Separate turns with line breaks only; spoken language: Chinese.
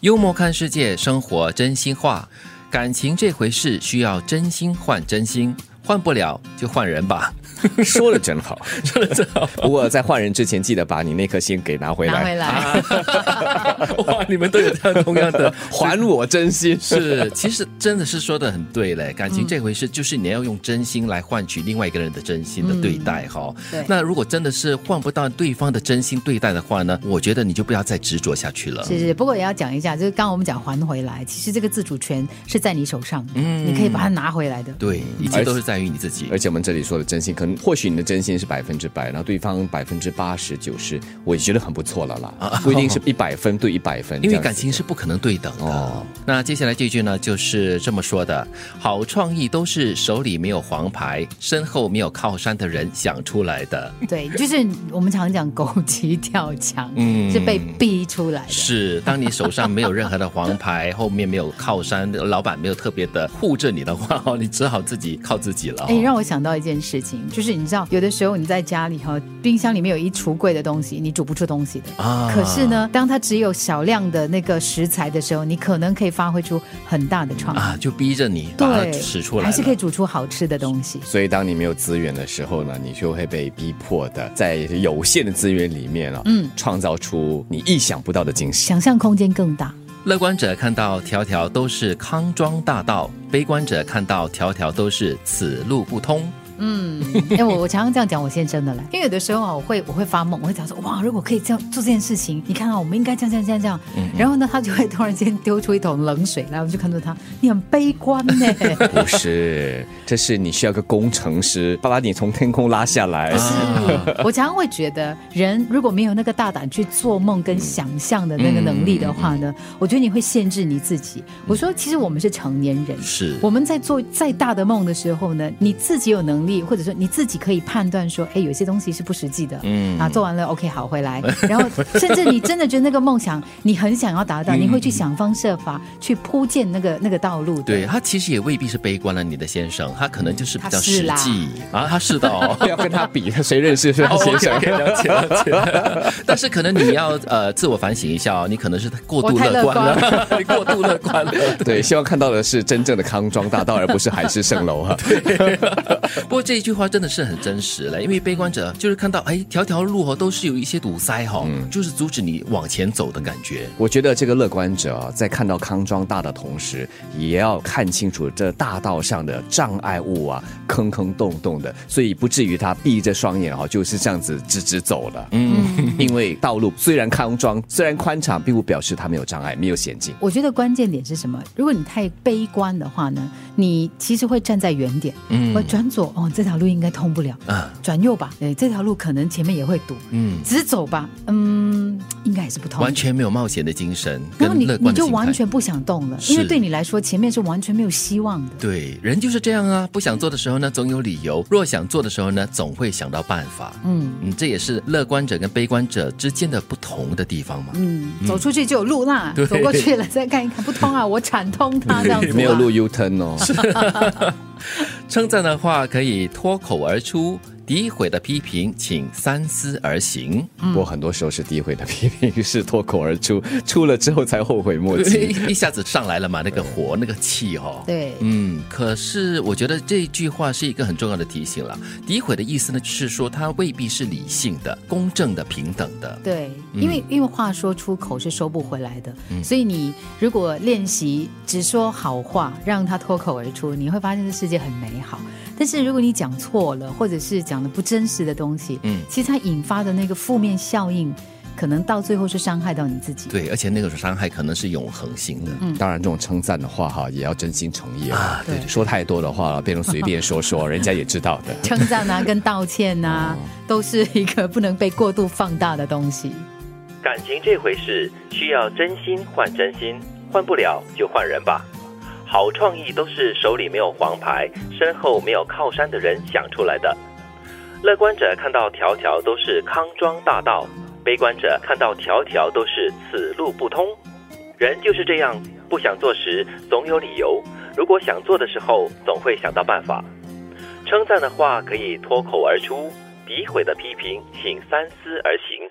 幽默看世界，生活真心话，感情这回事需要真心换真心，换不了就换人吧。
说的真好，
说的真好。
不过在换人之前，记得把你那颗心给拿回
拿
来，
回
啊
来。
哇，你们都有这样同样的
还我真心。
是，其实真的是说的很对嘞，感情这回事就是你要用真心来换取另外一个人的真心的对待哈、
嗯对
那如果真的是换不到对方的真心对待的话呢，我觉得你就不要再执着下去了。
是是，不过也要讲一下，就是刚刚我们讲还回来，其实这个自主权是在你手上的，
嗯
你可以把它拿回来的。
对，一切都是在于你自己
而。且我们这里说的真心，可能或许你的真心是百分之百，然后对方百分之八十九十，我也觉得很不错了啦，不一定是一百分对一百分，
啊因
这
为
样子
感情是不可能对等的。
哦
那接下来这句呢，就是这么说的：好创意都是手里没有黄牌、身后没有靠山的人想出来 的。
对，就是我们常讲狗急跳墙，
嗯
是被逼出来的。
是，当你手上没有任何的黄牌，后面没有靠山，老板没有特别的护着你的话，哦，你只好自己靠自己了、
哎，
哦。
让我想到一件事情，就是你知道，有的时候你在家里哈，冰箱里面有一橱柜的东西，你煮不出东西的。
啊
可是，呢，当它只有少量的那个食材的时候，你可能可以发挥出很大的创意，
啊，就逼着你把它
对，
使出来
还
了。
是可以煮出好吃的东西。
所以，当你没有资源的时候呢，你就会被逼迫的在有限的资源里面啊，嗯，创造出你意想不到的惊喜。
想象空间更大，
乐观者看到条条都是康庄大道，悲观者看到条条都是此路不通。
哎、我我常常这样讲我先生的嘞，因为有的时候啊，我会我会发梦，我会讲说，哇，如果可以这样做这件事情，你看啊，我们应该这样这样这样这样，然后呢，他就会突然间丢出一桶冷水来，我们就看到他，你很悲观呢、
不是，这是你需要个工程师把你从天空拉下来。
啊
是我常常会觉得，人如果没有那个大胆去做梦跟想象的那个能力的话呢，我觉得你会限制你自己。我说，其实我们是成年人，
是
我们在做再大的梦的时候呢，你自己有能力，或者说你自己可以判断说，哎，有些东西是不实际的，嗯啊，做完 了 OK 好回来，然后甚至你真的觉得那个梦想你很想要达到，你会去想方设法去铺建那个那个道路的。
对他其实也未必是悲观了，你的先生，他可能就是比较
他是
实
啦
际啊，他是的 哦。
不要跟他比，谁认识他先生？
OK，了解了解。但是可能你要呃自我反省一下哦，你可能是过度
我太
乐
乐
观
观
了，你 过度乐观了。
对，希望看到的是真正的康庄大道，而不是海市蜃楼哈。
不过这一句话真的是很真实了，因为悲观者就是看到哎，条条路哦都是有一些堵塞哈、就是阻止你往前走的感觉。
我觉得这个乐观者啊，在看到康庄大的同时，也要看清楚这大道上的障碍物啊，坑坑洞洞的，所以不至于他闭着双眼啊，就是这样子直直走了。 嗯，因为道路虽然康庄，虽然宽敞，并不表示它没有障碍，没有险境。
我觉得关键点是什么？如果你太悲观的话呢，你其实会站在原点，嗯，我转左哦，这条路应该通不了，
啊
转右吧，哎，这条路可能前面也会堵，嗯，直走吧，嗯，应该也是不通
完。全没有冒险的精神，
然后
跟
你
乐观的
你就
心态
完全不想动了，
是
因为对你来说前面是完全没有希望的。
对人就是这样啊，不想做的时候呢，总有理由；若想做的时候呢，总会想到办法。
嗯
嗯，这也是乐观者跟悲观者之间的不同的地方嘛。
嗯，走出去就有路啦，
对
走过去了再看一看，不 通啊，我铲通它这样子吧。啊
没有路 U turn 哦，
称赞的话可以脱口而出，诋毁的批评请三思而行。
嗯
我很多时候是诋毁的 批评，是脱口而出，出了之后才后悔莫 及。
一下子上来了嘛，那个火，那个气哦。。
对，
嗯，可是我觉得这句话是一个很重要的提醒了。诋毁的意思呢，就是说它未必是理性的、公正的、平等的。
对，
嗯
因为、因为话说出口是收不回来的，所以你如果练习只说好话，让它脱口而出，你会发现这世界很美好。但是如果你讲错了，或者是讲的不真实的东西，
嗯
其实它引发的那个负面效应，可能到最后是伤害到你自己。
对，而且那种伤害可能是永恒性的。
当然，这种称赞的话哈，也要真心诚意啊。
嗯对对
说太多的话了，变成随便说 说，人家也知道的。
称赞啊，跟道歉啊，都是一个不能被过度放大的东西。
感情这回事需要真心换真心，换不了就换人吧。好创意都是手里没有黄牌、身后没有靠山的人想出来的。乐观者看到条条都是康庄大道，悲观者看到条条都是此路不通。人就是这样，不想做时总有理由，如果想做的时候，总会想到办法。称赞的话可以脱口而出，诋毁的批评请三思而行。